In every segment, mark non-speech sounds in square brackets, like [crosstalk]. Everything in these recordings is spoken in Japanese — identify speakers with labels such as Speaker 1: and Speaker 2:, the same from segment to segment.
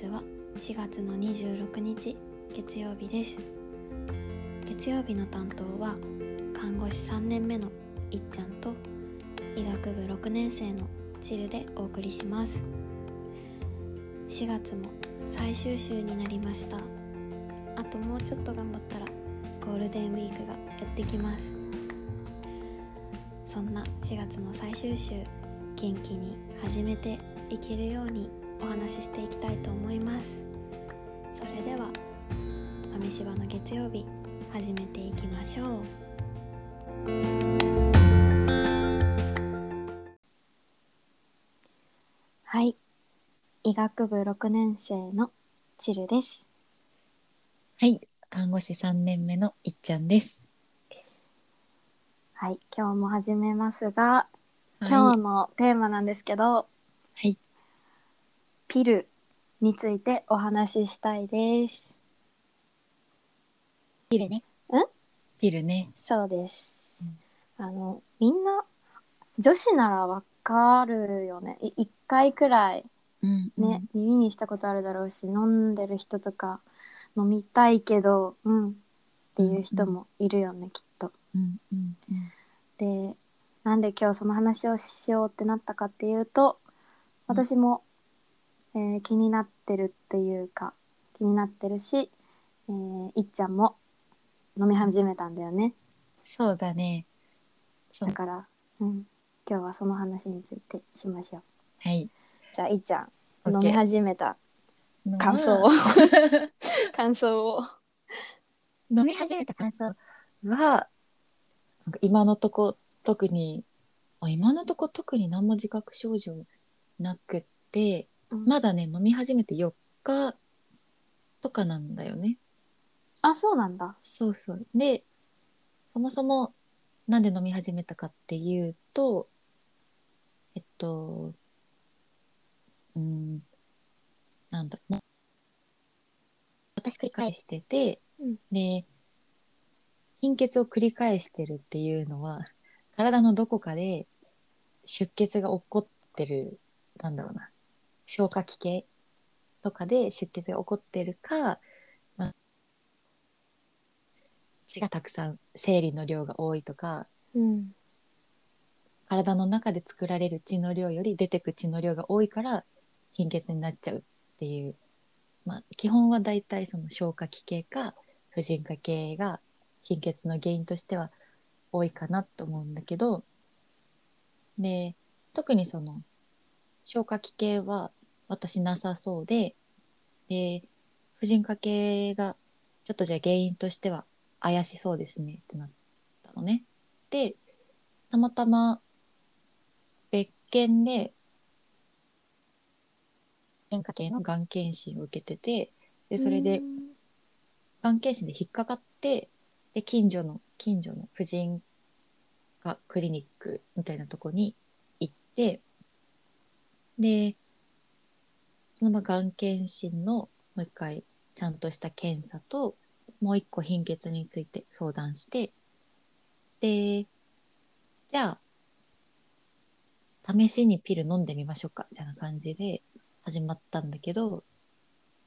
Speaker 1: 4月の26日月曜日です月曜日の担当は看護師3年目のいっちゃんと医学部6年生のチルでお送りします4月も最終週になりましたあともうちょっと頑張ったらゴールデンウィークがやってきますそんな4月の最終週元気に始めていけるようにお話ししていきたいと思いますそれでは豆柴の月曜日始めていきましょうはい医学部6年生のチルです
Speaker 2: はい、看護師三年目のいっちゃんです。
Speaker 1: はい今日も始めますが
Speaker 2: はい
Speaker 1: 今日のテーマなんですけど、
Speaker 2: はい、
Speaker 1: ピルについてお話ししたいです
Speaker 2: ピルね。ピルね。
Speaker 1: そうです。あのみんな女子ならわかるよね。い一回くらい
Speaker 2: うん
Speaker 1: ね、耳にしたことあるだろうし、飲んでる人とか飲みたいけど、うんっていう人もいるよね、きっと。
Speaker 2: うんうん
Speaker 1: で、なんで今日その話をしようってなったかっていうと、私も、えー気になってるっていうか気になってるし、えーいっちゃんも飲み始めたんだよね。
Speaker 2: そうだね。そう
Speaker 1: だから、うん、今日はその話についてしましょう。
Speaker 2: はい。
Speaker 1: じゃあ、いっちゃん、
Speaker 2: OK
Speaker 1: 飲み始めた感想を。 [laughs] 感想を。
Speaker 2: 飲み始めた感想は、なんか今のとこ特に、あ今のとこ特に何も自覚症状なくて、まだね、飲み始めて4日とかなんだよね。
Speaker 1: あ、そうなんだ。
Speaker 2: そうそう。で、そもそもなんで飲み始めたかっていうと、えっと、うん、なんだ、もう私繰り返してて、
Speaker 1: うん
Speaker 2: で、貧血を繰り返してるっていうのは、体のどこかで出血が起こってる、なんだろうな、消化器系とかで出血が起こってるか、まあ血がたくさん、生理の量が多いとか、
Speaker 1: うん。
Speaker 2: 体の中で作られる血の量より出てく血の量が多いから貧血になっちゃうっていう、まあ、基本はだいたいその消化器系か婦人科系が貧血の原因としては多いかなと思うんだけどで特にその消化器系は私なさそうでで婦人科系がちょっとじゃあ原因としては怪しそうですねってなったのね。でたまたま別件で婦人科系のがん検診を受けててでそれで
Speaker 1: うん
Speaker 2: がん検診で引っかかってで近所の近所の婦人科クリニックみたいなとこに行ってでそのままがん検診のもう一回ちゃんとした検査ともう一個貧血について相談してでじゃあ試しにピル飲んでみましょうかみたいな感じで始まったんだけど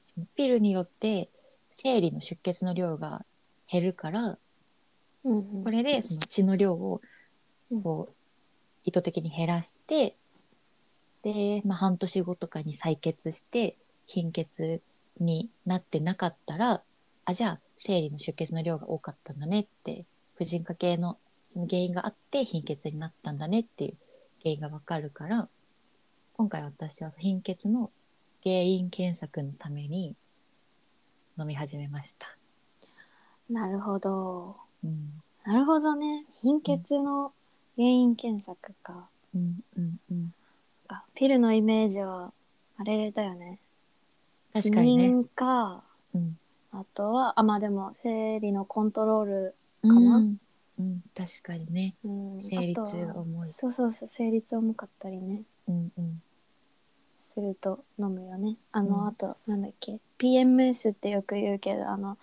Speaker 2: そのピルによって生理の出血の量が減るから
Speaker 1: うん
Speaker 2: これでその血の量をこう意図的に減らしてで、まあ、半年後とかに採血して貧血になってなかったらあじゃあ生理の出血の量が多かったんだねって婦人科系のその原因があって貧血になったんだねっていう原因がわかるから今回私はその貧血の原因検索のために飲み始めました。
Speaker 1: なるほど。
Speaker 2: うん
Speaker 1: なるほどね。貧血の原因検索か。
Speaker 2: うんうんうん、
Speaker 1: あピルのイメージは、あれだよね。
Speaker 2: 確かにね。
Speaker 1: 避妊か、
Speaker 2: うん、
Speaker 1: あとは、あ、まあでも、生理のコントロール。
Speaker 2: か
Speaker 1: な
Speaker 2: うん、うん確かにね。
Speaker 1: うん、
Speaker 2: 生理痛
Speaker 1: あ
Speaker 2: が
Speaker 1: とは
Speaker 2: 重い。
Speaker 1: そうそうそう、生理痛重かったりね。
Speaker 2: うんうん、
Speaker 1: すると飲むよねあの、
Speaker 2: うん
Speaker 1: あとなんだっけ PMS ってよく言うけどあの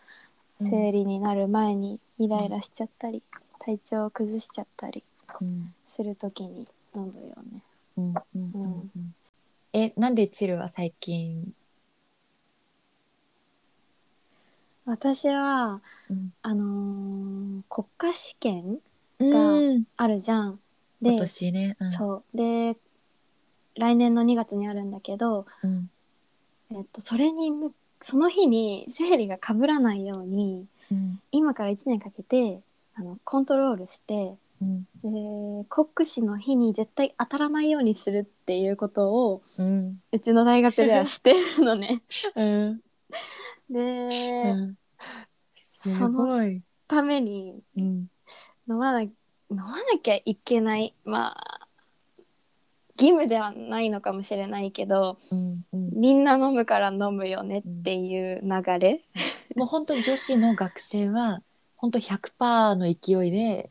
Speaker 2: うん
Speaker 1: 生理になる前にイライラしちゃったり、体調を崩しちゃったり
Speaker 2: うん
Speaker 1: する時に飲むよね
Speaker 2: うんうんうんうん。え、なんでチルは最近
Speaker 1: 私は
Speaker 2: うん
Speaker 1: あのー国家試験
Speaker 2: うん、
Speaker 1: あるじゃん。で、
Speaker 2: 今年ね、うん、
Speaker 1: そうで来年の2月にあるんだけど、
Speaker 2: うん、
Speaker 1: えっと、それにむその日に生理がかぶらないように
Speaker 2: うん、
Speaker 1: 今から1年かけてあのコントロールして
Speaker 2: うん、
Speaker 1: で国試の日に絶対当たらないようにするっていうことを
Speaker 2: うん、
Speaker 1: うちの大学ではしてるの
Speaker 2: [laughs]
Speaker 1: ね。
Speaker 2: うん、
Speaker 1: で、
Speaker 2: うん、すごい、
Speaker 1: ために
Speaker 2: うん、
Speaker 1: 飲まな飲まなきゃいけないまあ義務ではないのかもしれないけど
Speaker 2: うん、うん、
Speaker 1: みんな飲むから飲むよねっていう流れ、
Speaker 2: もう本当に女子の学生は本当100%の勢いで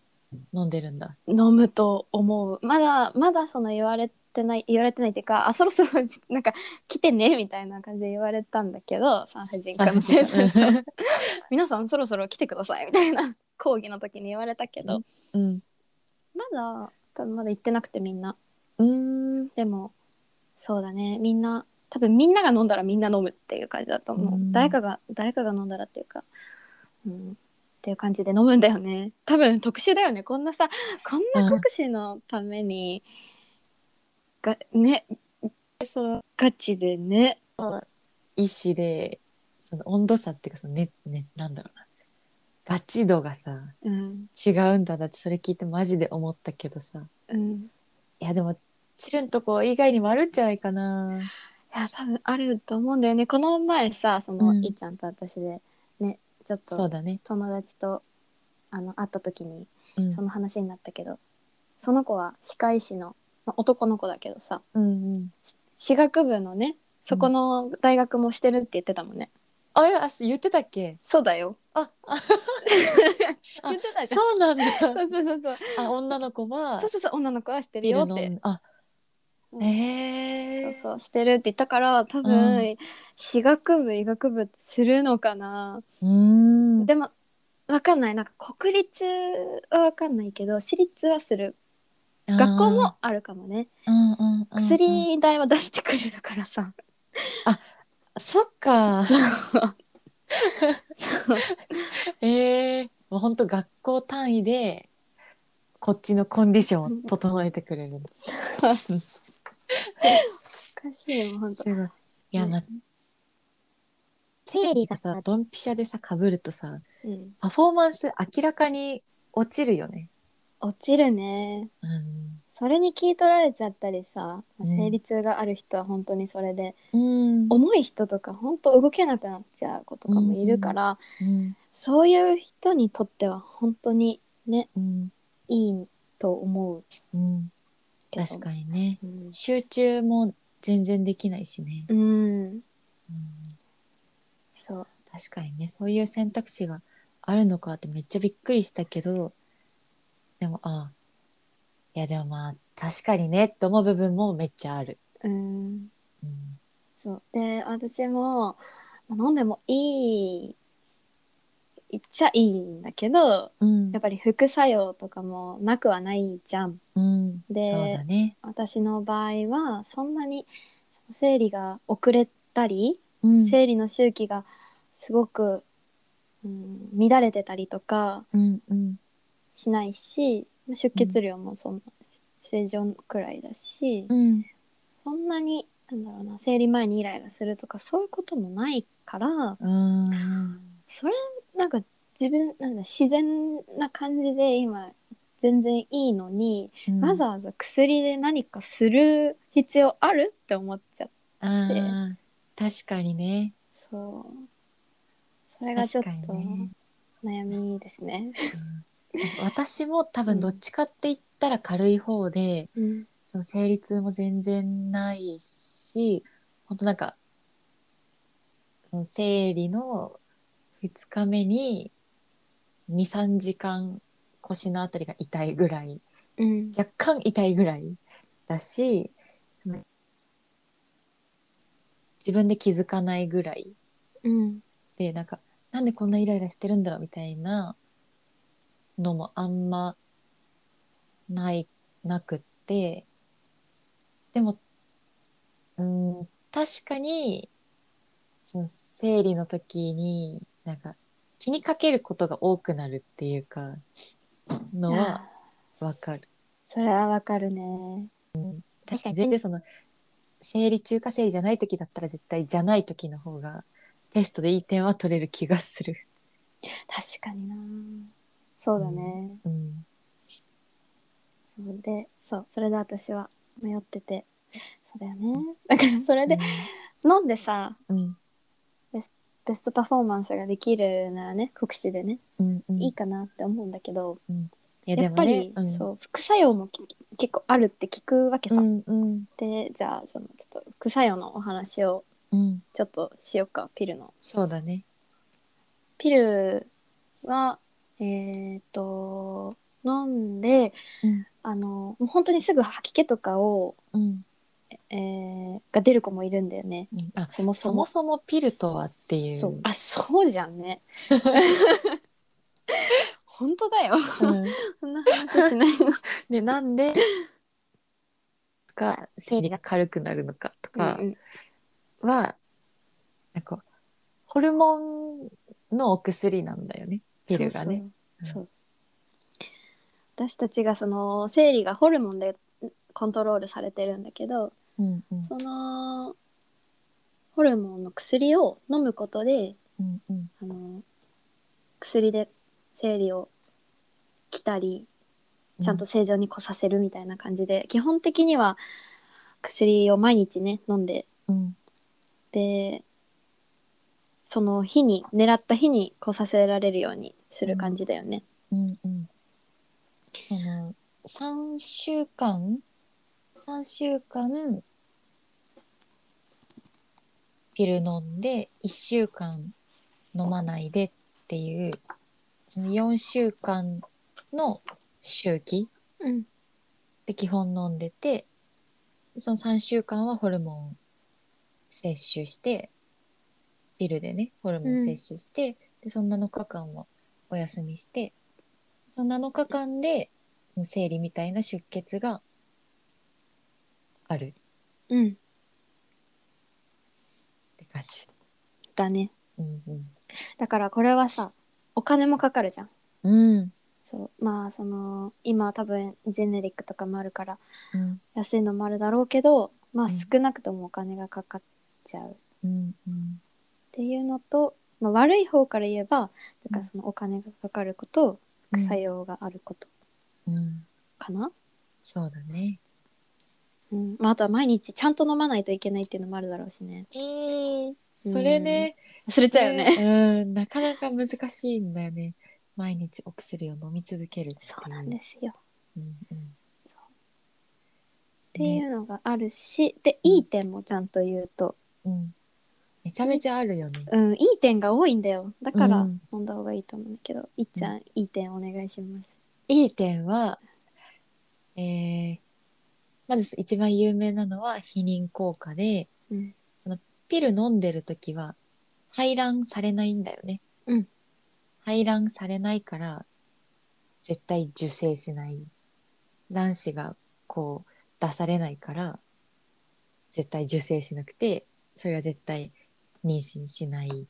Speaker 2: 飲んでるんだ。
Speaker 1: 飲むと思うまだまだその言われてない言われてないっていうかあそろそろなんか来てねみたいな感じで言われたんだけど産婦人科の先生さん
Speaker 2: [laughs]
Speaker 1: 皆さんそろそろ来てくださいみたいな [laughs] 講義の時に言われたけど、
Speaker 2: うん。
Speaker 1: まだ多分まだ行ってなくてみんな
Speaker 2: うん。
Speaker 1: でもそうだねみんな多分みんなが飲んだらみんな飲むっていう感じだと思う、
Speaker 2: うん
Speaker 1: 誰かが誰かが飲んだらっていうか、うん、っていう感じで飲むんだよね多分特殊だよねこんなさこんな国士のために、がね
Speaker 2: そう。
Speaker 1: ガチでね
Speaker 2: 医師で、その温度差っていうか、そのね、ね、なんだろうな。ガチ度がさ、
Speaker 1: うん
Speaker 2: 違うんだなってそれ聞いてマジで思ったけどさ。
Speaker 1: うんい
Speaker 2: いやでも、チルンとこ以外にもあるんじゃないかな。
Speaker 1: や多分あると思うんだよねこの前さその、
Speaker 2: うん
Speaker 1: いっちゃんと私でねちょっ
Speaker 2: そう
Speaker 1: と
Speaker 2: だね。
Speaker 1: 友達とあの会った時に
Speaker 2: うん。
Speaker 1: その話になったけどその子は歯科医師の、まあ、男の子だけどさ
Speaker 2: うんうん。
Speaker 1: 歯学部のねそこの大学もしてるって言ってたもんね、
Speaker 2: あ、いや、あ言ってたっけ
Speaker 1: そうだよ
Speaker 2: あ、あ、あ
Speaker 1: 言ってたじゃん
Speaker 2: そ
Speaker 1: [laughs]
Speaker 2: うなんだ。
Speaker 1: そうそうそうそう
Speaker 2: あ、女の子は
Speaker 1: そう、そうそう女の子はしてる
Speaker 2: ビ
Speaker 1: よ
Speaker 2: ー
Speaker 1: っ
Speaker 2: ル
Speaker 1: て
Speaker 2: 飲んあ、
Speaker 1: うん
Speaker 2: え
Speaker 1: そう
Speaker 2: え
Speaker 1: そうしてるって言ったから多分、
Speaker 2: う
Speaker 1: 歯学部医学部ってするのかな、
Speaker 2: うーん。
Speaker 1: でもわかんないなんか国立はわかんないけど私立はする学校もあるかもね
Speaker 2: あー、うんうんうんうん
Speaker 1: 薬代は出してくれるからさ
Speaker 2: そっか。
Speaker 1: そう
Speaker 2: ええもう本当学校単位で、こっちのコンディションを整えてくれる。す
Speaker 1: おかしいよほんと
Speaker 2: ごい。いや、まあ、生理がさ、ドンピシャでさ、被るとさ、
Speaker 1: うん、
Speaker 2: パフォーマンス明らかに落ちるよね。
Speaker 1: 落ちるね
Speaker 2: うん。
Speaker 1: それに聞い取られちゃったりさ
Speaker 2: うん
Speaker 1: 生理痛がある人は本当にそれで、
Speaker 2: うん
Speaker 1: 重い人とか本当動けなくなっちゃう子とかもいるから、
Speaker 2: うん。
Speaker 1: そういう人にとっては本当にね
Speaker 2: うん。
Speaker 1: いいと思う
Speaker 2: うん。
Speaker 1: けど
Speaker 2: 確かにね。
Speaker 1: うん、
Speaker 2: 集中も全然できないしね。
Speaker 1: うん、
Speaker 2: うん
Speaker 1: そう
Speaker 2: 確かにねそういう選択肢があるのかってめっちゃびっくりしたけどでもあいやでもまあ確かにねと思う部分もめっちゃある。
Speaker 1: うん
Speaker 2: うん
Speaker 1: そうで私もまあ飲んでもいい言っちゃいいんだけど
Speaker 2: うん
Speaker 1: やっぱり副作用とかもなくはないじゃん
Speaker 2: うん、
Speaker 1: で
Speaker 2: そうだね。
Speaker 1: 私の場合はそんなに生理が遅れたり、
Speaker 2: うん
Speaker 1: 生理の周期がすごく、うん、乱れてたりとか
Speaker 2: うんうん
Speaker 1: しないし出血量もそんな正常くらいだし、
Speaker 2: うん
Speaker 1: そんなになんだろうな生理前にイライラするとかそういうこともないから
Speaker 2: うん
Speaker 1: それなんか自分なんだ自然な感じで今全然いいのに、
Speaker 2: うん
Speaker 1: わざわざ薬で何かする必要あるって思っちゃって。
Speaker 2: あー確かにね
Speaker 1: そう。それがちょ
Speaker 2: 確
Speaker 1: っ
Speaker 2: かに
Speaker 1: と
Speaker 2: ね、
Speaker 1: 悩みですね。
Speaker 2: うん私も多分どっちかって言ったら軽い方で、
Speaker 1: うん。
Speaker 2: その生理痛も全然ないし、本当なんか、その生理の2日目に2、3時間腰のあたりが痛いぐらい、
Speaker 1: うん。
Speaker 2: 若干痛いぐらいだし、自分で気づかないぐらい
Speaker 1: うん。
Speaker 2: で、なんか、なんでこんなイライラしてるんだろうみたいなのもあんまない、なくって、でも、うん、確かに、その生理の時に、なんか、気にかけることが多くなるっていうかのはわかる。
Speaker 1: それはわかるね
Speaker 2: 確かに全然その生理中か生理じゃない時だったら絶対じゃない時の方がテストでいい点は取れる気がする。
Speaker 1: 確かになそうだね、
Speaker 2: うん、
Speaker 1: そうでそうそれで私は迷っててそうだよねだからそれで、飲んでさ
Speaker 2: うん、
Speaker 1: ベストパフォーマンスができるならね国試でね、
Speaker 2: うん、うん、
Speaker 1: いいかなって思うんだけど
Speaker 2: いや
Speaker 1: や
Speaker 2: で
Speaker 1: っ
Speaker 2: も
Speaker 1: ぱ
Speaker 2: ね
Speaker 1: り、、
Speaker 2: うん、
Speaker 1: そう副作用もき結構あるって聞くわけさ、
Speaker 2: うん、うん、
Speaker 1: でじゃあそのちょっと副作用のお話を
Speaker 2: うん、
Speaker 1: ちょっとしようかピルの
Speaker 2: そうだね。
Speaker 1: ピルはえーっと飲んで、
Speaker 2: うん
Speaker 1: あのもう本当にすぐ吐き気とかを、
Speaker 2: うん、
Speaker 1: えーが出る子もいるんだよね
Speaker 2: うんあ、
Speaker 1: そも
Speaker 2: そ
Speaker 1: そ
Speaker 2: も
Speaker 1: も
Speaker 2: そもピルとはっていう。
Speaker 1: そうあそうじゃん
Speaker 2: [laughs]
Speaker 1: ね [laughs] 本当だよ
Speaker 2: うん
Speaker 1: そんな話しないの
Speaker 2: [laughs] で、なんで。が、生理が軽くなるのかとか
Speaker 1: うんうん
Speaker 2: は。なんか。ホルモンのお薬なんだよね。ピルがね。
Speaker 1: そうそうそう私たちがその生理がホルモンでコントロールされてるんだけど
Speaker 2: うんうん
Speaker 1: そのホルモンの薬を飲むことで
Speaker 2: うんうん
Speaker 1: あの薬で生理を来たりちゃんと正常に来させるみたいな感じで、基本的には薬を毎日ね飲んで
Speaker 2: うん
Speaker 1: でその日に狙った日に来させられるようにする感じだよね。
Speaker 2: うんうんその3週間3週間ピル飲んで1週間飲まないでっていうその4週間の周期
Speaker 1: うん
Speaker 2: で基本飲んでてその3週間はホルモン摂取してピルでねホルモン摂取して、でその7日間はお休みしてその7日間でその生理みたいな出血があるっ
Speaker 1: うん、
Speaker 2: て感じ。
Speaker 1: だね
Speaker 2: うんうん
Speaker 1: だからこれはさお金もかかるじゃん。
Speaker 2: うん
Speaker 1: そうまあその今多分ジェネリックとかもあるから
Speaker 2: うん
Speaker 1: 安いのもあるだろうけどま
Speaker 2: う
Speaker 1: あ
Speaker 2: ん
Speaker 1: 少なくともお金がかかっちゃうっ
Speaker 2: うんうん
Speaker 1: ていうのと、まあ、悪い方から言えばだからそのお金がかかること副作用があること
Speaker 2: うん
Speaker 1: かな、
Speaker 2: そうだね。
Speaker 1: うんまあ、あとは毎日ちゃんと飲まないといけないっていうのもあるだろうしね
Speaker 2: うん
Speaker 1: そ
Speaker 2: そ
Speaker 1: れ
Speaker 2: れ
Speaker 1: ね
Speaker 2: ね、
Speaker 1: 忘れちゃうよね。
Speaker 2: うん、なかなか難しいんだよね。毎日お薬を飲み続けるってい
Speaker 1: そうなんですよ
Speaker 2: うんうん
Speaker 1: ってい
Speaker 2: ね
Speaker 1: うのがあるし、でいい点もちゃんと言うと、
Speaker 2: うん。めちゃめちゃあるよね。
Speaker 1: うん、いい点が多いんだよだから
Speaker 2: うん
Speaker 1: 飲んだ方がいいと思うんだけど、いっちゃん、いい点お願いします。
Speaker 2: いい点は、えー、まず一番有名なのは避妊効果で、
Speaker 1: うん
Speaker 2: ピル飲んでる時は排卵されないんだよね。
Speaker 1: うん
Speaker 2: 排卵されないから、絶対受精しない。卵子がこう出されないから、絶対受精しなくて、それは絶対妊娠しないっ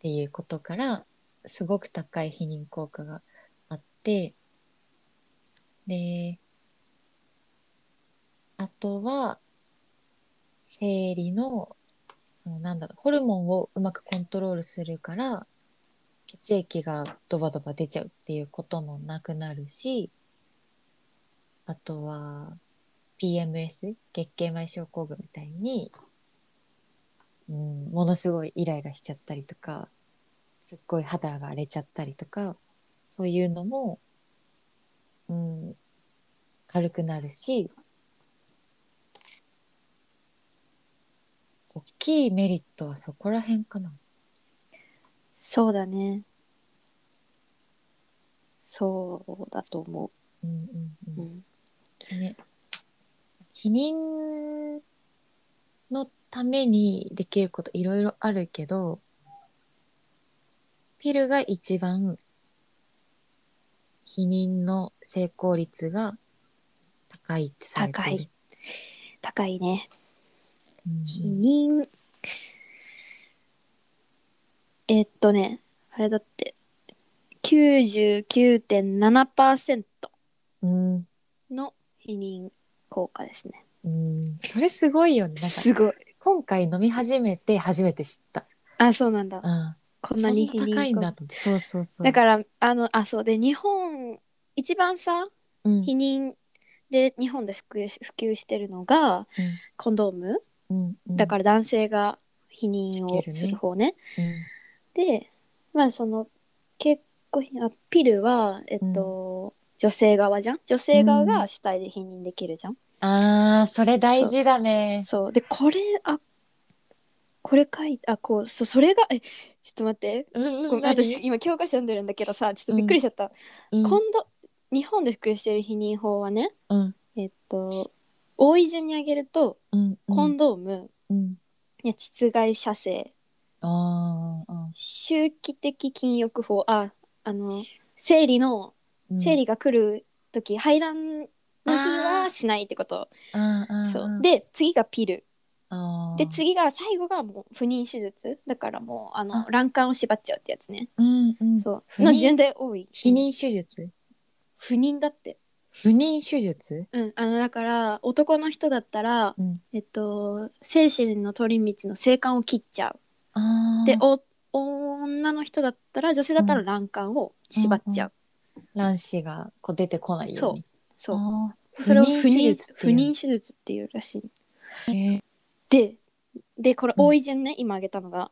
Speaker 2: ていうことから、すごく高い避妊効果があって、で、あとは、生理の、そのなんだろう、ホルモンをうまくコントロールするから、血液がドバドバ出ちゃうっていうこともなくなるし、あとは、PMS、月経前症候群みたいに、うん、ものすごいイライラしちゃったりとか、すっごい肌が荒れちゃったりとか、そういうのも、うん、軽くなるし、大きいメリットはそこら辺かな。
Speaker 1: そうだね。そうだと思
Speaker 2: うんうん
Speaker 1: う。
Speaker 2: う
Speaker 1: うん、
Speaker 2: ん。ね。避妊のためにできることいろいろあるけど、ピルが一番避妊の成功率が高いってされてる。
Speaker 1: 高い高いね。
Speaker 2: うんうん。
Speaker 1: 避妊。えっとね、あれだって99.7%
Speaker 2: うん、
Speaker 1: の避妊効果ですね
Speaker 2: うん、それすごいよねなんか
Speaker 1: すごい
Speaker 2: 今回飲み始めて初めて知った、
Speaker 1: あそうなんだ
Speaker 2: うん、
Speaker 1: こんなに避
Speaker 2: そ
Speaker 1: 妊
Speaker 2: ん高いん
Speaker 1: 効
Speaker 2: だ
Speaker 1: 果
Speaker 2: と思ってそうそうそう、
Speaker 1: だかららあのあそうで日本一番さ
Speaker 2: うん
Speaker 1: 避妊で日本で普及し普及してるのがコンドーム
Speaker 2: うんうん、、
Speaker 1: だからら男性が避妊
Speaker 2: つけ
Speaker 1: を
Speaker 2: るね
Speaker 1: する方ねでまあその結婚あピルはえっと、女性側じゃん女性側が主体で避妊できるじゃん、
Speaker 2: うん、あーそれ大事だね
Speaker 1: そうでこれあこれ書いてあこうそそれがえちょっと待って
Speaker 2: うん
Speaker 1: ごめ
Speaker 2: うん
Speaker 1: ん私
Speaker 2: 何
Speaker 1: 今教科書読んでるんだけどさちょっとびっくりしちゃった、
Speaker 2: うん
Speaker 1: 今度日本で普及してる避妊法はね
Speaker 2: うん
Speaker 1: えっと多い順に挙げると
Speaker 2: うん
Speaker 1: コンドーム、
Speaker 2: うん
Speaker 1: いや膣外射精
Speaker 2: あーあ
Speaker 1: 周期的禁欲法ああの生理の
Speaker 2: ーうん
Speaker 1: 生理が来る時、排卵の日
Speaker 2: あ
Speaker 1: は
Speaker 2: ー
Speaker 1: しないってこと
Speaker 2: あーあー
Speaker 1: そう
Speaker 2: あー
Speaker 1: で次がピル
Speaker 2: あー
Speaker 1: で次が最後がもう不妊手術だからもうあの
Speaker 2: あ
Speaker 1: 卵管を縛っちゃうってやつね
Speaker 2: うんうん
Speaker 1: そう
Speaker 2: 不妊
Speaker 1: の順で多い
Speaker 2: 避妊手術
Speaker 1: 不妊だって
Speaker 2: 不妊手術
Speaker 1: うんあのだから男の人だったら、
Speaker 2: うん
Speaker 1: えっと精神の通り道の性管を切っちゃう
Speaker 2: あー
Speaker 1: でお女の人だったら女性だったら卵管を縛っちゃう、
Speaker 2: 卵子がこう出てこないように
Speaker 1: そう
Speaker 2: あー
Speaker 1: それを不
Speaker 2: 手
Speaker 1: 妊
Speaker 2: 術って
Speaker 1: 不
Speaker 2: いう
Speaker 1: 妊手術っていうらしい
Speaker 2: へー
Speaker 1: ででこれ
Speaker 2: うん
Speaker 1: 多い順ね、今挙げたのが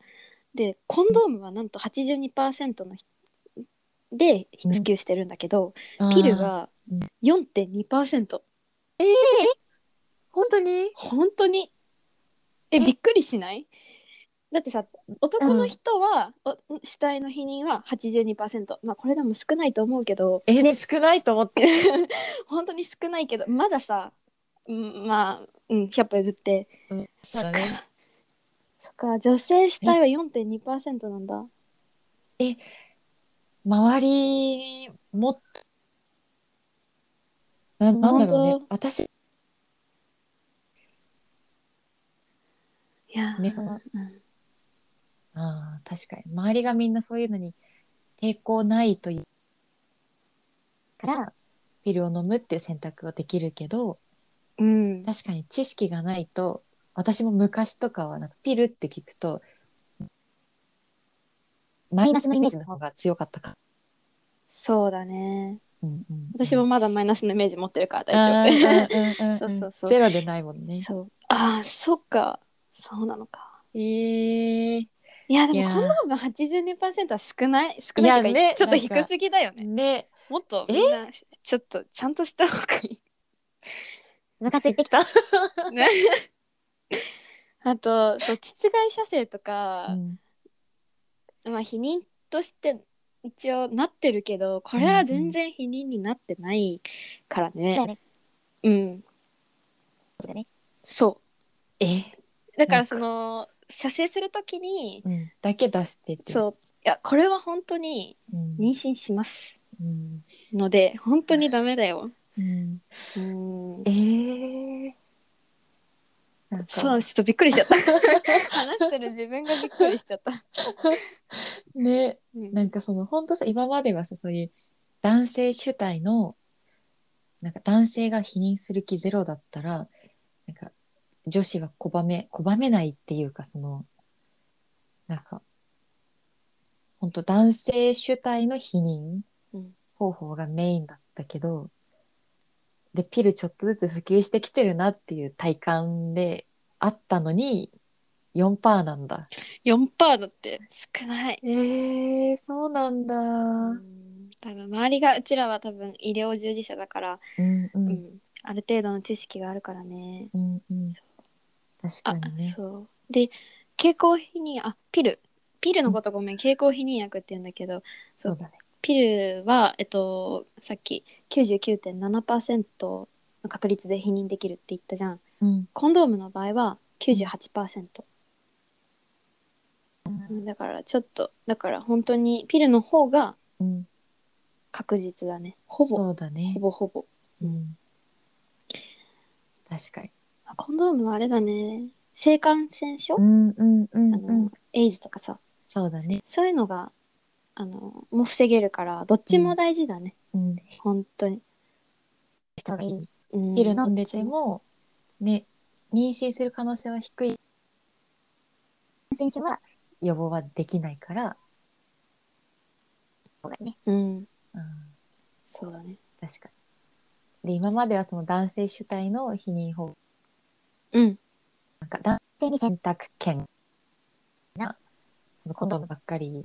Speaker 1: でコンドームはなんと82%の人で普
Speaker 2: うん
Speaker 1: 及してるんだけど、
Speaker 2: あー
Speaker 1: ピルが4.2%
Speaker 2: 本当に
Speaker 1: 本当にえびっくりしないだってさ男の人は、お死体の否認は82%まあこれでも少ないと思うけど
Speaker 2: えね少ないと思って
Speaker 1: 本当に少ないけどまださ、うん、まあ、うん、100歩譲って
Speaker 2: そうだね
Speaker 1: そっか女性死体は4.2%なんだ
Speaker 2: 周りもっとななんだろう
Speaker 1: 本
Speaker 2: ね私
Speaker 1: いやー
Speaker 2: ねその
Speaker 1: うん
Speaker 2: あー確かに周りがみんなそういうのに抵抗ないというからピルを飲むっていう選択はできるけど
Speaker 1: うん、
Speaker 2: 確かに知識がないと私も昔とかはなんかピルって聞くとマイナスのイメージの方が強かったか、
Speaker 1: そうだね。
Speaker 2: うんうん、
Speaker 1: 私もまだマイナスのイメージ持ってるから
Speaker 2: あ
Speaker 1: 大丈
Speaker 2: ーうんうんうんう
Speaker 1: [laughs]
Speaker 2: ん
Speaker 1: そうそうそう
Speaker 2: ゼロでないもんね
Speaker 1: 夫。そう。ああ、そっか。そうなのか。
Speaker 2: えー、
Speaker 1: いや、で
Speaker 2: い
Speaker 1: も
Speaker 2: やー
Speaker 1: コンドーム82%は少ない。少ないっていうか
Speaker 2: いやね
Speaker 1: ちょっと低すぎだよね。
Speaker 2: ね
Speaker 1: もっと
Speaker 2: え
Speaker 1: みんな、ちょっとちゃんとした方がいい。
Speaker 2: ムカついてきた、
Speaker 1: ねあと、そう、膣外射精とか、まあ、否認として一応なってるけど、これは全然否認になってないから
Speaker 2: だよ
Speaker 1: ね
Speaker 2: ね。
Speaker 1: うん。そう。
Speaker 2: え、
Speaker 1: だから
Speaker 2: なんか
Speaker 1: その射精するときに
Speaker 2: うん、だけ出してて
Speaker 1: そういやこれは本当に
Speaker 2: うん、
Speaker 1: 妊娠します
Speaker 2: うん
Speaker 1: ので本当にダメだよ。
Speaker 2: うん、
Speaker 1: うーん
Speaker 2: えー、なんか
Speaker 1: そうちょっとびっくりしちゃった [laughs] 話してる自分がびっくりしちゃった。
Speaker 2: ね
Speaker 1: うん
Speaker 2: なんかその本当さ今まではさそういう男性主体のなんか男性が否認する気ゼロだったらなんか女子は拒め拒めないっていうかそのなんか本当男性主体の否認
Speaker 1: うん
Speaker 2: 方法がメインだったけど、でピルちょっとずつ普及してきてるなっていう体感であったのに4%なんだ。
Speaker 1: 4パーだって少ない。
Speaker 2: えー、そうなんだ。
Speaker 1: うん多分周りがうちらは多分医療従事者だから、
Speaker 2: うんう
Speaker 1: うんん、ある程度の知識があるからね。
Speaker 2: うんうん
Speaker 1: そ
Speaker 2: 確
Speaker 1: あ
Speaker 2: かにね。
Speaker 1: そうで経口避妊あピルピルのことごめん経口避妊薬って言うんだけど
Speaker 2: そうだね。
Speaker 1: ピルは、えっと、さっき99.7%の確率で否認できるって言ったじゃん
Speaker 2: うん。
Speaker 1: コンドームの場合は98%、うん、だからちょっとだから本当にピルの方が
Speaker 2: うん。
Speaker 1: 確実だねほぼ
Speaker 2: そうだね
Speaker 1: ほ。ぼほぼ
Speaker 2: うん。確かに。
Speaker 1: あコンドームはあれだね性感染症、
Speaker 2: うんうんうん
Speaker 1: あ
Speaker 2: うん
Speaker 1: の。エイズとかさ
Speaker 2: そうだね。
Speaker 1: そういうのがあのも防げるからどっちも大事だね、
Speaker 2: うん、
Speaker 1: 本当に、
Speaker 2: した方がいい。
Speaker 1: うん
Speaker 2: ピル飲んでても、ね、妊娠する可能性は低い。妊娠は予防はできないから、方がね。
Speaker 1: うん
Speaker 2: うん、
Speaker 1: そうだね
Speaker 2: 確かに。で、今まではその男性主体の避妊法、
Speaker 1: うん
Speaker 2: なんか男性に選択権な、そのことばっかり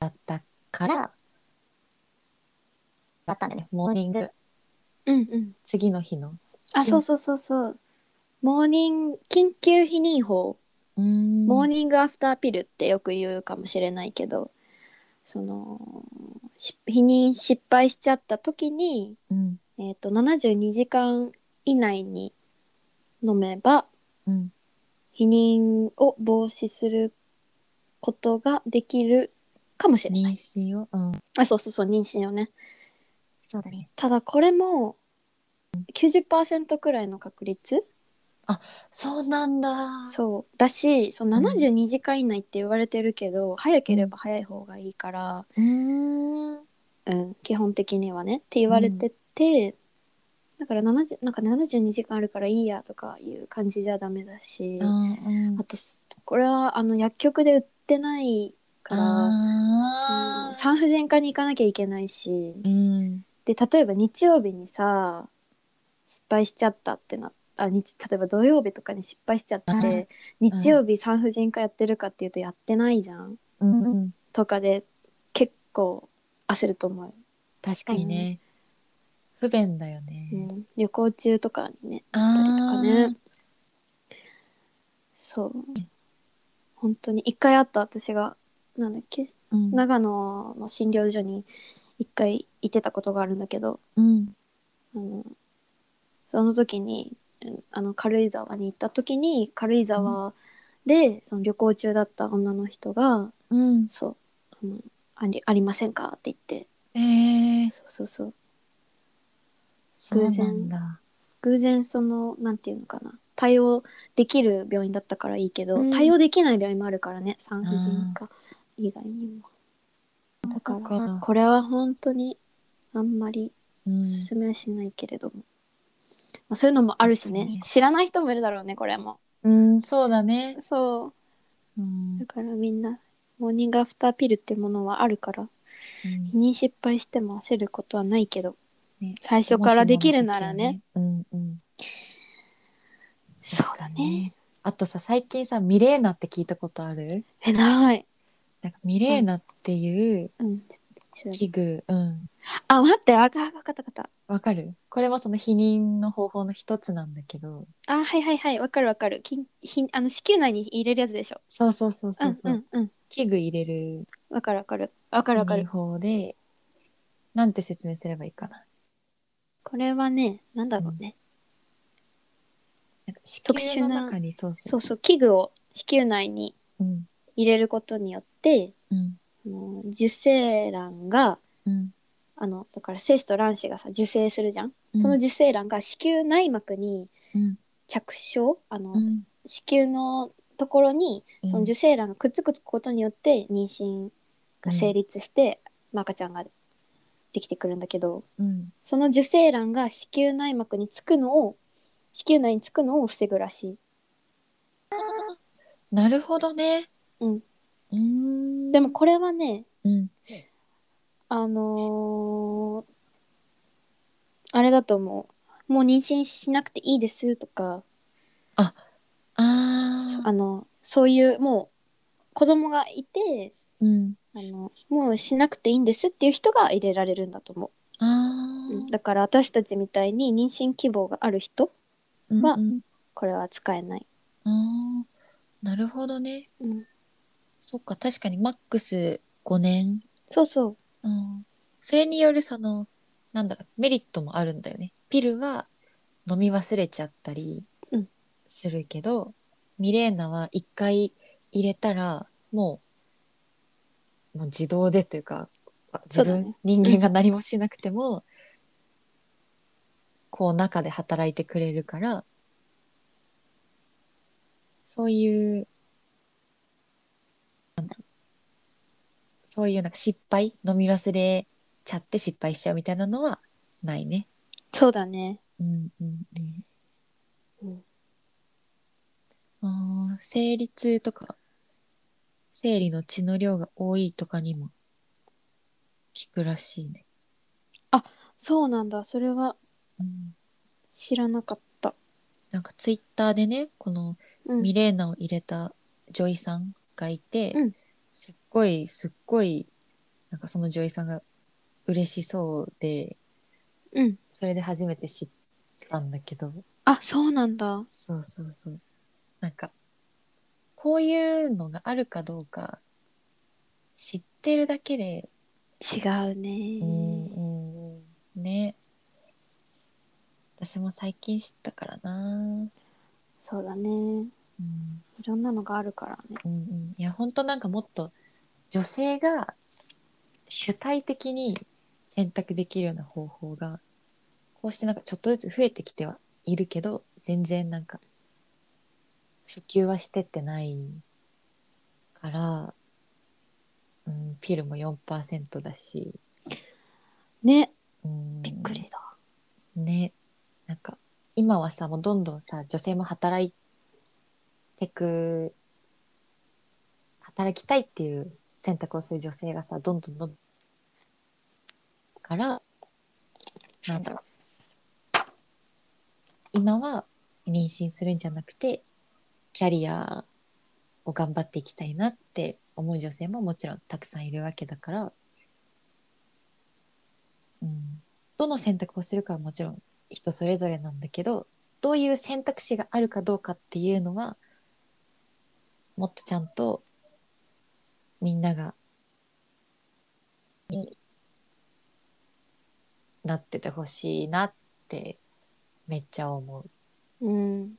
Speaker 2: だったから、だったんだよね。モーニング、
Speaker 1: うんうん
Speaker 2: 次の日の。
Speaker 1: あそうそうそうそうモーニング緊急避妊法モーニングアフターピルってよく言うかもしれないけどそのし避妊失敗しちゃった時に、
Speaker 2: うん、
Speaker 1: えー、と72時間以内に飲めば
Speaker 2: うん、
Speaker 1: 避妊を防止することができるかもしれ
Speaker 2: 妊
Speaker 1: ない。
Speaker 2: 娠を、うん、
Speaker 1: あそうそうそう妊娠をね。
Speaker 2: そうだね。
Speaker 1: ただこれも90%くらいの確率
Speaker 2: そうなんだ。
Speaker 1: そうだしその
Speaker 2: うん
Speaker 1: 72時間以内って言われてるけど、早ければ早い方がいいから。
Speaker 2: うー
Speaker 1: う
Speaker 2: ん。
Speaker 1: ん、基本的にはねって言われてて、だから70なんか72時間あるからいいやとかいう感じじゃダメだし、
Speaker 2: うん
Speaker 1: あとすこれはあの薬局で売ってないから、
Speaker 2: あ
Speaker 1: うん
Speaker 2: ー
Speaker 1: 産婦人科に行かなきゃいけないし
Speaker 2: うん。
Speaker 1: で例えば日曜日にさ失敗しちゃったってなあ日例えば土曜日とかに失敗しちゃって、
Speaker 2: ん
Speaker 1: 日曜日産婦人科やってるかっていうとやってないじゃん
Speaker 2: うんうん。
Speaker 1: とかで結構焦ると思う
Speaker 2: 確かにね。不便だよね。
Speaker 1: うん、旅行中とかにね
Speaker 2: あ
Speaker 1: ったりと
Speaker 2: ー
Speaker 1: かねそう本当に一回あった私がなんだっけ
Speaker 2: うん。
Speaker 1: 長野の診療所に一回行ってたことがあるんだけど
Speaker 2: うん。
Speaker 1: あのその時にうんあの軽井沢に行った時に軽井沢で、その旅行中だった女の人が
Speaker 2: う
Speaker 1: 「
Speaker 2: ん。
Speaker 1: そうあのありありませんか?」って言って
Speaker 2: ええ。
Speaker 1: そうそうそう
Speaker 2: そうなんだ。
Speaker 1: 偶然そのなんていうのかな対応できる病院だったからいいけど、
Speaker 2: うん
Speaker 1: 対応できない病院もあるからね産婦人科以外にもだか
Speaker 2: そっ
Speaker 1: ら
Speaker 2: か
Speaker 1: これは本当にあんまり
Speaker 2: うん
Speaker 1: おすすめはしないけれども、まあ、そういうのもあるし
Speaker 2: 確か
Speaker 1: ね
Speaker 2: に
Speaker 1: 知らない人もいるだろうねこれも
Speaker 2: うん、そうだね。
Speaker 1: そううんだ。からみんなモーニングアフターピルってものはあるから
Speaker 2: うん
Speaker 1: 避妊失敗しても焦ることはないけど、
Speaker 2: ね
Speaker 1: 最初からできるならね。
Speaker 2: うんうん。
Speaker 1: そうだね。
Speaker 2: あとさ、最近さ、ミレーナって聞いたことある
Speaker 1: えない、
Speaker 2: なんかミレーナっていう
Speaker 1: うん、知らない
Speaker 2: 器具、うん。
Speaker 1: あ待ってあわかったわかった
Speaker 2: わかるこれもその避妊の方法の一つなんだけど。
Speaker 1: あはいはいはいわかるわかるきんひんあの子宮内に入れるやつでしょ
Speaker 2: そうそうそうそうそう。
Speaker 1: んうんうん
Speaker 2: 器具入れる
Speaker 1: わかるわかるわかるわか
Speaker 2: 方
Speaker 1: る
Speaker 2: 法で、なんて説明すればいいかな。
Speaker 1: これはねなんだろうね、
Speaker 2: なんか子
Speaker 1: 特殊
Speaker 2: 宮
Speaker 1: な
Speaker 2: の中にそうそ。
Speaker 1: そううそう器具を子宮内に
Speaker 2: うん
Speaker 1: 入れることによって
Speaker 2: うん
Speaker 1: あの受精卵が
Speaker 2: うん
Speaker 1: あのだから精子と卵子がさ受精するじゃん、
Speaker 2: うん
Speaker 1: その受精卵が子宮内膜に
Speaker 2: うん
Speaker 1: 着床あの、
Speaker 2: うん
Speaker 1: 子宮のところに
Speaker 2: うん
Speaker 1: その受精卵がくっつくことによって妊娠が成立して、まあ赤ちゃんができてくるんだけど、
Speaker 2: うん
Speaker 1: その受精卵が子宮内膜につくのを子宮内につくのを防ぐらしい
Speaker 2: なるほどね。
Speaker 1: うん
Speaker 2: うーん。
Speaker 1: でもこれはね
Speaker 2: うん
Speaker 1: あのーあれだと思うもう妊娠しなくていいですとか
Speaker 2: あ
Speaker 1: あ
Speaker 2: あ
Speaker 1: のそういうもう子供がいて
Speaker 2: うん
Speaker 1: あのもうしなくていいんですっていう人が入れられるんだと思
Speaker 2: あ
Speaker 1: う、うん
Speaker 2: ー
Speaker 1: だから私たちみたいに妊娠希望がある人
Speaker 2: うん
Speaker 1: は
Speaker 2: うん
Speaker 1: これは使えない、
Speaker 2: あーなるほどね。
Speaker 1: うん、
Speaker 2: そっか確かにマックス5年。
Speaker 1: そうそう
Speaker 2: うん。それによるそのなんだろうメリットもあるんだよね。ピルは飲み忘れちゃったり
Speaker 1: うん
Speaker 2: するけど、ミレーナは一回入れたらもうもう自動でというか
Speaker 1: そ
Speaker 2: 自
Speaker 1: うだ
Speaker 2: 分、
Speaker 1: ね
Speaker 2: 人間が何もしなくても、こう中で働いてくれるからそういうなんだろうそういうなんか失敗飲み忘れちゃって失敗しちゃうみたいなのはないね。
Speaker 1: そうだね
Speaker 2: うんうん
Speaker 1: うん
Speaker 2: うん。ああ生理痛とか生理の血の量が多いとかにも効くらしいね。
Speaker 1: そうなんだそれは
Speaker 2: うん、
Speaker 1: 知らなかった
Speaker 2: なんかツイッターでねこの
Speaker 1: うん
Speaker 2: ミレーナを入れたジョイさんがいて、
Speaker 1: うん
Speaker 2: すっごいすっごいなんかそのジョイさんが嬉しそうで
Speaker 1: うん
Speaker 2: それで初めて知ったんだけど
Speaker 1: あそうなんだ
Speaker 2: そうそうそうなんかこういうのがあるかどうか知ってるだけで
Speaker 1: 違うね
Speaker 2: うんうんね私も最近知ったからな
Speaker 1: そうだね
Speaker 2: うん
Speaker 1: いろんなのがあるからね
Speaker 2: うんうん、いや本当なんかもっと女性が主体的に選択できるような方法がこうしてなんかちょっとずつ増えてきてはいるけど全然なんか普及はしてってないから、うん、ピルも4%だし、
Speaker 1: ね
Speaker 2: うん、
Speaker 1: びっくりだ
Speaker 2: ねなんか今はさもうどんどんさ女性も働いてく働きたいっていう選択をする女性がさどんどんどんからなんだろう今は妊娠するんじゃなくてキャリアを頑張っていきたいなって思う女性ももちろんたくさんいるわけだから、うん、どの選択をするかはもちろん人それぞれなんだけどどういう選択肢があるかどうかっていうのはもっとちゃんとみんながになっててほしいなってめっちゃ思
Speaker 1: うん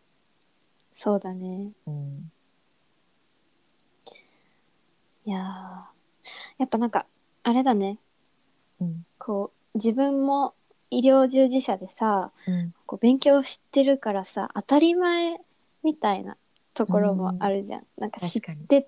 Speaker 1: そうだね
Speaker 2: う。うん
Speaker 1: いやーやっぱなんかあれだね
Speaker 2: うん
Speaker 1: こう自分も医療従事者でさ
Speaker 2: うん
Speaker 1: こう勉強してるからさ当たり前みたいなところもあるじゃん、なんか知
Speaker 2: 確
Speaker 1: っ
Speaker 2: かに。
Speaker 1: てっ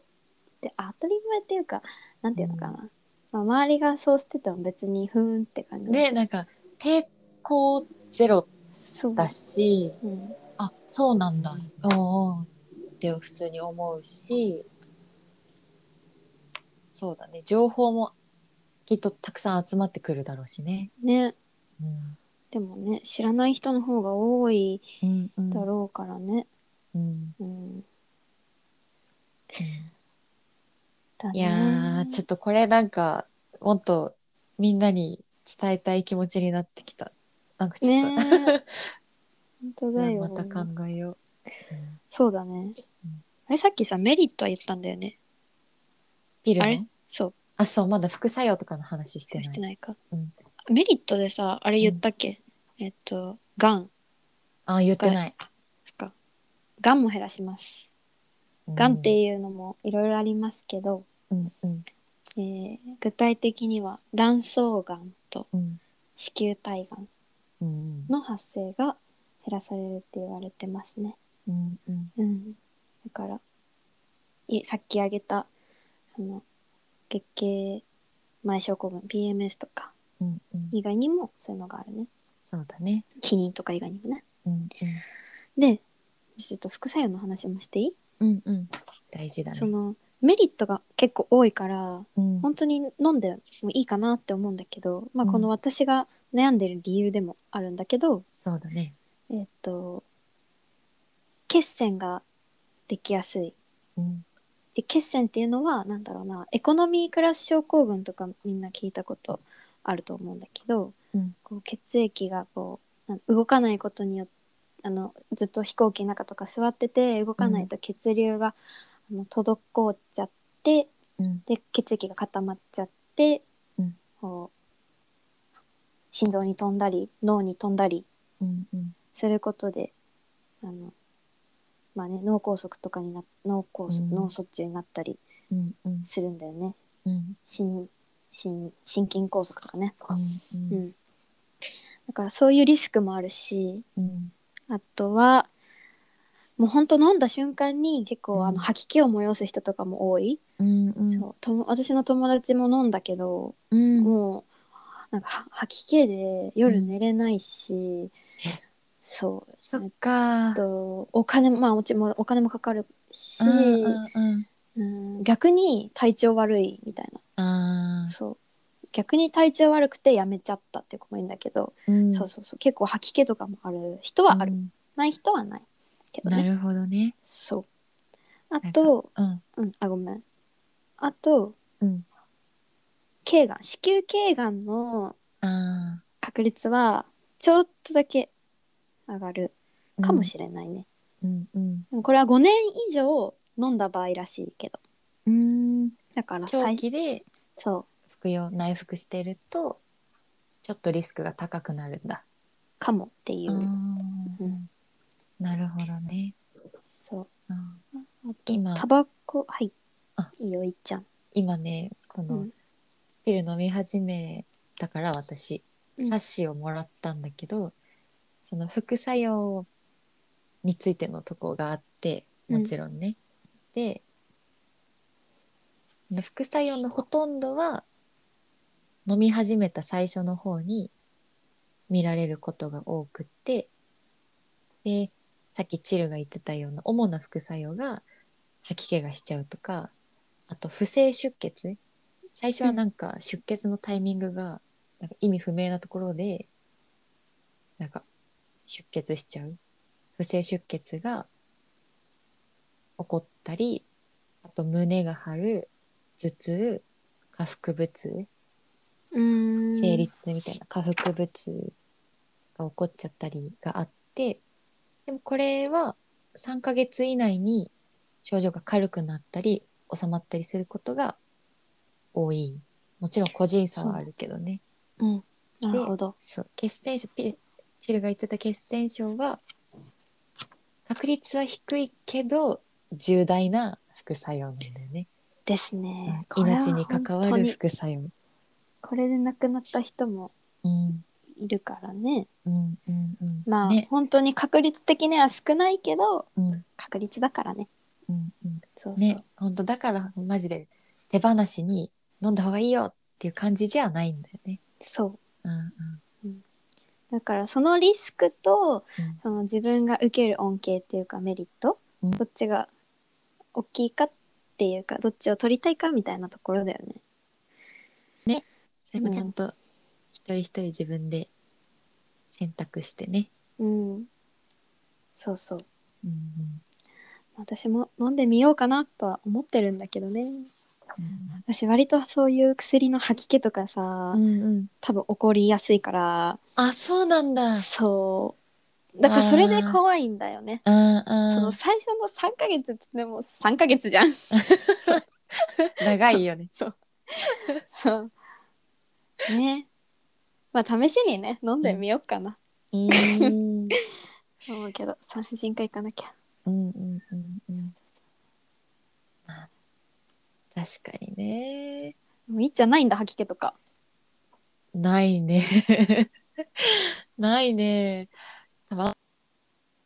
Speaker 1: てあ当たり前っていうかなんていうのかな、まあ、周りがそうしてても別にふーんって感じ
Speaker 2: でなんか抵抗ゼロ
Speaker 1: そう
Speaker 2: だし
Speaker 1: うん、
Speaker 2: あそうなんだ、おうおうって普通に思うしそうだね情報もきっとたくさん集まってくるだろうしね。
Speaker 1: ね
Speaker 2: うん
Speaker 1: でもね知らない人の方が多い
Speaker 2: うんうん
Speaker 1: だろうからね、
Speaker 2: うんうん
Speaker 1: うん、だね
Speaker 2: いやーちょっとこれなんかもっとみんなに伝えたい気持ちになってきた。なんかちょっと、
Speaker 1: ね
Speaker 2: [laughs]
Speaker 1: 本当だよ、
Speaker 2: また考えよう。うん
Speaker 1: そうだね、あれさっきさメリットは言ったんだよね
Speaker 2: ピル
Speaker 1: あれ
Speaker 2: の
Speaker 1: そう
Speaker 2: あそうまだ副作用とかの話してない。
Speaker 1: してないか、
Speaker 2: うん
Speaker 1: メリットでさあれ言ったっけ、えっとがん
Speaker 2: あ言ってない。
Speaker 1: そっかがんも減らしますがんっていうのもいろいろありますけど、
Speaker 2: うんうん
Speaker 1: えー具体的には卵巣がんと
Speaker 2: うん
Speaker 1: 子宮体がん
Speaker 2: うん
Speaker 1: の発生が減らされるって言われてますね
Speaker 2: うんうん
Speaker 1: うん、だからいさっき挙げたその月経前症候群 PMS とか
Speaker 2: うんうん
Speaker 1: 以外にもそういうのがあるね
Speaker 2: そうだね。
Speaker 1: 避妊とか以外にもね
Speaker 2: うん
Speaker 1: でちょっと副作用の話もしていい、
Speaker 2: うん。うんうん。大事だね。
Speaker 1: そのメリットが結構多いから
Speaker 2: うん
Speaker 1: 本当に飲んでもいいかなって思うんだけど、まあ、
Speaker 2: うん
Speaker 1: この私が悩んでる理由でもあるんだけど、
Speaker 2: そうだね。
Speaker 1: えっと血栓ができやすい
Speaker 2: うん
Speaker 1: で血栓っていうのはなんだろうなエコノミークラス症候群とかみんな聞いたことあると思うんだけど、
Speaker 2: うん
Speaker 1: こう血液がこうなん動かないことによってあのずっと飛行機の中とか座ってて動かないと血流が、あの滞っちゃって
Speaker 2: うん
Speaker 1: で血液が固まっちゃって、
Speaker 2: うん
Speaker 1: こう心臓に飛んだり脳に飛んだり
Speaker 2: うんうん
Speaker 1: することであの、まあね、脳梗塞とかにな脳梗塞、
Speaker 2: うん
Speaker 1: 脳卒中になったり
Speaker 2: うんうん
Speaker 1: するんだよね
Speaker 2: うん
Speaker 1: 心心心筋梗塞とかね、
Speaker 2: うん
Speaker 1: うんだからそういうリスクもあるし
Speaker 2: うん
Speaker 1: あとはもうほんと飲んだ瞬間に結
Speaker 2: うん
Speaker 1: 構あの吐き気を催す人とかも多い、
Speaker 2: うんうん
Speaker 1: そうとも私の友達も飲んだけど、
Speaker 2: うん
Speaker 1: もうなんかは吐き気で夜寝れないし、そう
Speaker 2: そっか
Speaker 1: あとお金もまあうちもお金もかかるし、
Speaker 2: うんうんうん
Speaker 1: うん逆に体調悪いみたい
Speaker 2: あ
Speaker 1: なそう逆に体調悪くてやめちゃったっていう子もいるんだけど、
Speaker 2: ーうん
Speaker 1: そうそうそう結構吐き気とかもある人はある、
Speaker 2: うん
Speaker 1: ない人はないけど
Speaker 2: な
Speaker 1: ね
Speaker 2: るほどね
Speaker 1: そうあ
Speaker 2: なんか
Speaker 1: と
Speaker 2: うん
Speaker 1: うんあごめんあと
Speaker 2: うん
Speaker 1: 頸がん子宮頸がんの
Speaker 2: あ
Speaker 1: 確率はちょっとだけ上がる
Speaker 2: ー
Speaker 1: かもしれないね、
Speaker 2: うんうん
Speaker 1: でもこれは5年以上飲んだ場合らしいけど
Speaker 2: うん
Speaker 1: だから
Speaker 2: 長
Speaker 1: 最
Speaker 2: 期で
Speaker 1: そう
Speaker 2: 服用内服してるとちょっとリスクが高くなるんだ。
Speaker 1: かもっていうう、
Speaker 2: んなるほどね。
Speaker 1: そう
Speaker 2: うん
Speaker 1: あと
Speaker 2: 今
Speaker 1: タバコはい
Speaker 2: あ
Speaker 1: いいよいっちゃん
Speaker 2: 今ねその、
Speaker 1: うん
Speaker 2: ピル飲み始めたから私
Speaker 1: うん
Speaker 2: 冊子をもらったんだけど、その副作用についてのとこがあってもちろんね。で副作用のほとんどは飲み始めた最初の方に見られることが多くってでさっきチルが言ってたような主な副作用が吐き気がしちゃうとかあと不正出血最初はなんか出血のタイミングがなんか意味不明なところでなんか出血しちゃう不正出血が起こったりあと胸が張る頭痛下腹部痛生
Speaker 1: 生
Speaker 2: 理痛みたいな下腹部痛が起こっちゃったりがあってでもこれは3ヶ月以内に症状が軽くなったり収まったりすることが多いもちろん個人差はあるけどね
Speaker 1: うんなるほど
Speaker 2: そう血栓症ピチルが言ってた血栓症は確率は低いけど重大な副作用なんだよね、
Speaker 1: ですねこれは
Speaker 2: 命に関わ
Speaker 1: 本当
Speaker 2: る
Speaker 1: に
Speaker 2: 副作用
Speaker 1: これで亡くなった人も
Speaker 2: うん
Speaker 1: いるからね
Speaker 2: うんうんうん
Speaker 1: まあ、
Speaker 2: ね
Speaker 1: 本当に確率的には少ないけど
Speaker 2: うん
Speaker 1: 確率だからね
Speaker 2: うんうん
Speaker 1: そうそう、
Speaker 2: ね、本当だからマジで手放しに飲んだ方がいいよっていう感じじゃないんだよね。
Speaker 1: そう
Speaker 2: うん
Speaker 1: だからそのリスクと、
Speaker 2: うん
Speaker 1: その自分が受ける恩恵っていうかメリット、
Speaker 2: うん
Speaker 1: どっちが大きいかっていうかどっちを取りたいかみたいなところだよね
Speaker 2: それもちゃんと一人一人自分で選択してね。
Speaker 1: うんそうそう
Speaker 2: うん
Speaker 1: 私も飲んでみようかなとは思ってるんだけどね
Speaker 2: うん
Speaker 1: 私割とそういう薬の吐き気とかさ、
Speaker 2: うんうん、
Speaker 1: 多分起こりやすいから
Speaker 2: あそうなんだ。
Speaker 1: そうだからそれで怖いんだよね
Speaker 2: うん
Speaker 1: そうの
Speaker 2: ん、
Speaker 1: 最初の3ヶ月ってでも3ヶ月じゃん
Speaker 2: [laughs] 長いよね。
Speaker 1: そうねまあ試しにね飲んでみようかな、
Speaker 2: [laughs] うん
Speaker 1: と思うけど産婦人科行かなきゃ
Speaker 2: うんうんうんうん。まあ確かにね。
Speaker 1: もういいじゃないんだ吐き気とか
Speaker 2: ないね。 [laughs] ないね。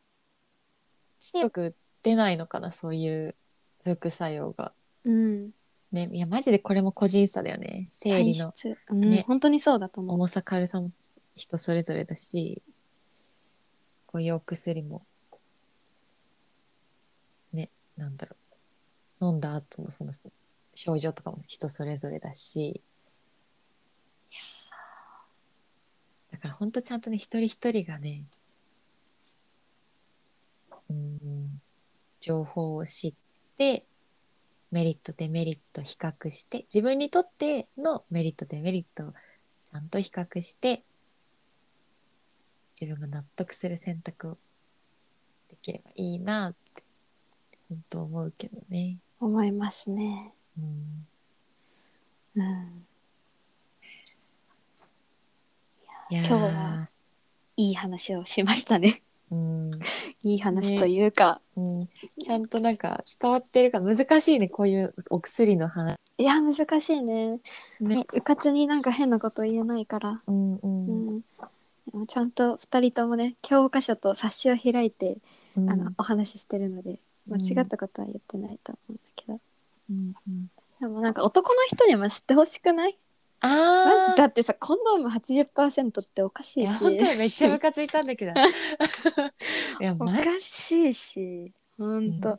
Speaker 2: たま強く出ないのかな、そういう副作用が。
Speaker 1: うん
Speaker 2: ね、いや、マジでこれも個人差だよね。生
Speaker 1: 体
Speaker 2: 理の
Speaker 1: 質、うん
Speaker 2: ね
Speaker 1: 本当にそうだと思う
Speaker 2: 重さ軽さも人それぞれだし、こういうお薬も、ね、なんだろう。飲んだ後のその症状とかも人それぞれだし、いやーだから本当ちゃんとね、一人一人がね、うん、情報を知って、メリット、デメリット比較して、自分にとってのメリット、デメリットをちゃんと比較して自分が納得する選択をできればいいなって本当思うけどね。
Speaker 1: 思いますね
Speaker 2: うん、
Speaker 1: うん
Speaker 2: いやー
Speaker 1: 今日はいい話をしましたね [laughs]
Speaker 2: うん
Speaker 1: いい話というか、
Speaker 2: うん、ちゃんとなんか伝わってるか難しいねこういうお薬の話
Speaker 1: いや難しいね
Speaker 2: ね。
Speaker 1: ね、うかつになんか変なこと言えないから、
Speaker 2: うんう
Speaker 1: うんん、でもちゃんと2人ともね教科書と冊子を開いて
Speaker 2: うん
Speaker 1: あのお話ししてるので
Speaker 2: うん
Speaker 1: 間違ったことは言ってないと思うんだけど、
Speaker 2: うんうん
Speaker 1: でもなんか男の人にも知ってほしくないま
Speaker 2: あ
Speaker 1: ずだってさコンドーム80%っておかし
Speaker 2: い
Speaker 1: い
Speaker 2: や
Speaker 1: し
Speaker 2: 本当にめっちゃムカついたんだけ
Speaker 1: [laughs]
Speaker 2: どいや
Speaker 1: お
Speaker 2: 前
Speaker 1: かしいしほんと、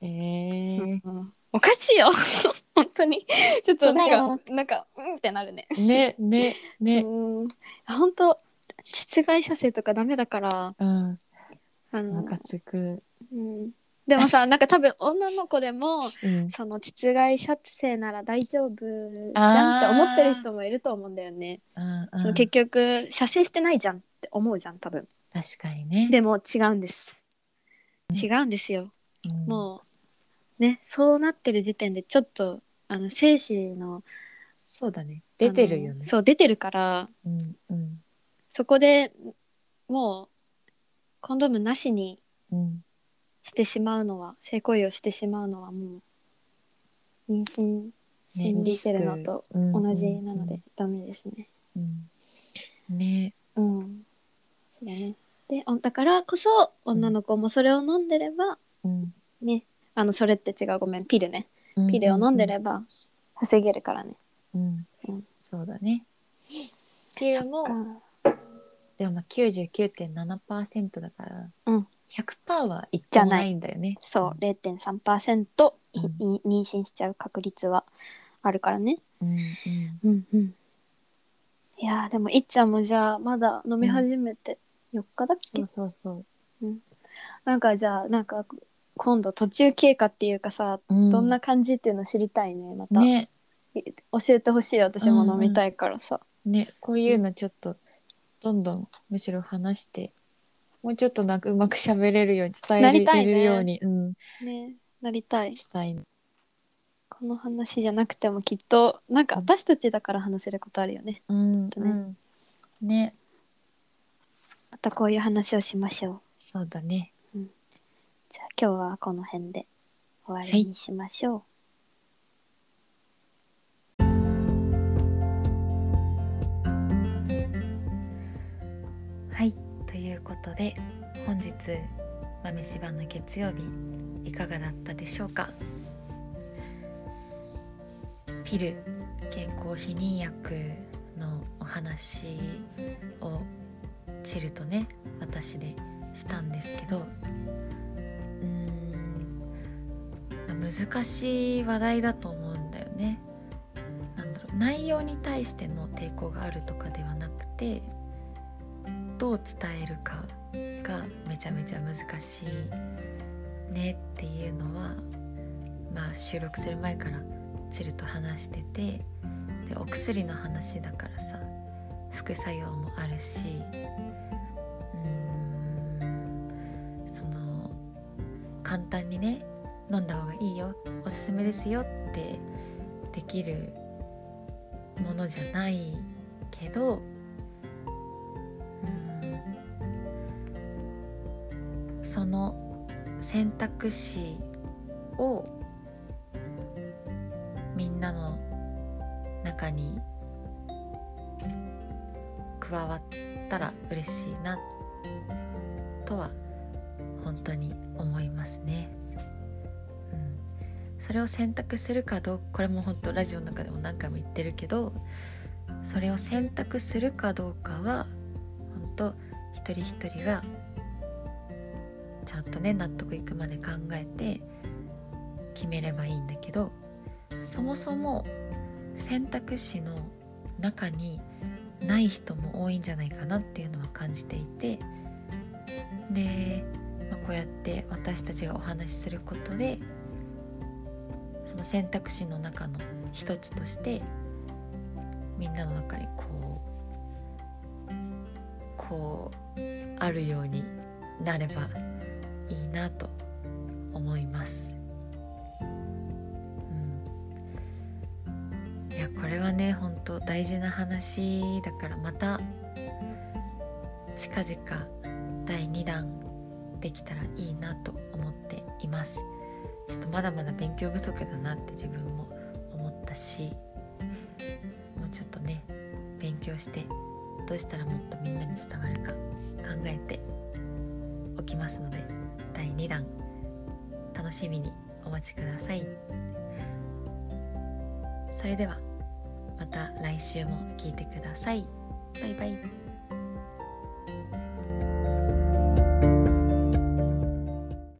Speaker 2: えー、
Speaker 1: うんおかしいよ [laughs] 本当にちょっとな
Speaker 3: 本
Speaker 1: んかなんかうんってなるね
Speaker 2: ねねね
Speaker 1: うん本当実害射精とかダメだから
Speaker 2: うん
Speaker 1: あの
Speaker 2: ムカつく、
Speaker 1: うん、でもさなんか多分女の子でも
Speaker 2: うん、
Speaker 1: その実害射精なら大丈夫じゃんって思ってる人もいると思うんだよね。
Speaker 2: うんうん
Speaker 1: その結局射精してないじゃんって思うじゃん多分。
Speaker 2: 確かにね
Speaker 1: でも違うんです。違うんですよ。
Speaker 2: うん
Speaker 1: もうねそうなってる時点でちょっとあの精子の
Speaker 2: そうだね出てるよ
Speaker 1: あ
Speaker 2: ね
Speaker 1: のそう出てるから
Speaker 2: うんうん
Speaker 1: そこでもうコンドームなしに
Speaker 2: うん
Speaker 1: してしまうのは性行為をしてしまうのはもう妊娠しに来てるのと
Speaker 2: うん
Speaker 1: 同じなので、ダメですね。
Speaker 2: うんうんね
Speaker 1: うん、そうだねでおだからこそ女の子もそれを飲んでれば
Speaker 2: うん
Speaker 1: ねあのそれって違うごめんピルね
Speaker 2: うん
Speaker 1: ピルを飲んでれば防げるからね。
Speaker 2: うん
Speaker 1: うん
Speaker 2: そうだねピルもでもまあ99.7%だから、
Speaker 1: うん
Speaker 2: 100%はいってもないんだよね
Speaker 1: そう0.3%、
Speaker 2: う
Speaker 1: い妊娠しちゃう確率はあるからね。
Speaker 2: うん
Speaker 1: うんうん、いやーでもいっちゃんもじゃあまだ飲み始めて4日だっけ、
Speaker 2: そうそうそう
Speaker 1: なんかじゃあなんか今度途中経過っていうかさ、
Speaker 2: う
Speaker 1: どんな感じっていうの知りたいねまた、
Speaker 2: ね
Speaker 1: い教えてほしい私も飲みたいからさ、
Speaker 2: ねこういうのちょっとどんどんむしろ話してもうちょっとなんかうまく喋れるように伝
Speaker 1: な
Speaker 2: え
Speaker 1: りた
Speaker 2: れ
Speaker 1: いね
Speaker 2: るように、うん、
Speaker 1: ねなりたい
Speaker 2: したい
Speaker 1: この話じゃなくてもきっとなんか私たちだから話せることあるよね
Speaker 2: うん
Speaker 1: と
Speaker 2: う
Speaker 1: ね
Speaker 2: んね
Speaker 1: またこういう話をしましょう
Speaker 2: そうだね
Speaker 1: じゃあ今日はこの辺で終わりにしましょう、
Speaker 2: はいということで本日豆柴の月曜日いかがだったでしょうかピル健康避妊薬のお話をチルとね私でしたんですけどうーんまあ難しい話題だと思うんだよね。なんだろう内容に対しての抵抗があるとかではなくてどう伝えるかがめちゃめちゃ難しいねっていうのは、まあ、収録する前からチルと話しててでお薬の話だからさ副作用もあるしうーんその簡単にね飲んだ方がいいよおすすめですよってできるものじゃないけどうんその選択肢をみんなの中に加わったら嬉しいなとは本当に思いますね。うん、それを選択するかどうこれも本当ラジオの中でも何回も言ってるけどそれを選択するかどうかは本当一人一人がちゃんとね納得いくまで考えて決めればいいんだけどそもそも選択肢の中にない人も多いんじゃないかなっていうのは感じていてで、まあ、こうやって私たちがお話しすることでその選択肢の中の一つとしてみんなの中にこうこうあるようになればいいなと思います。うん、いやこれはね本当大事な話だからまた近々第2弾できたらいいなと思っています。ちょっとまだまだ勉強不足だなって自分も思ったしもうちょっとね勉強してどうしたらもっとみんなに伝わるか考えてお聞きますので第2弾楽しみにお待ちくださいそれではまた来週も聞いてくださいバイバイ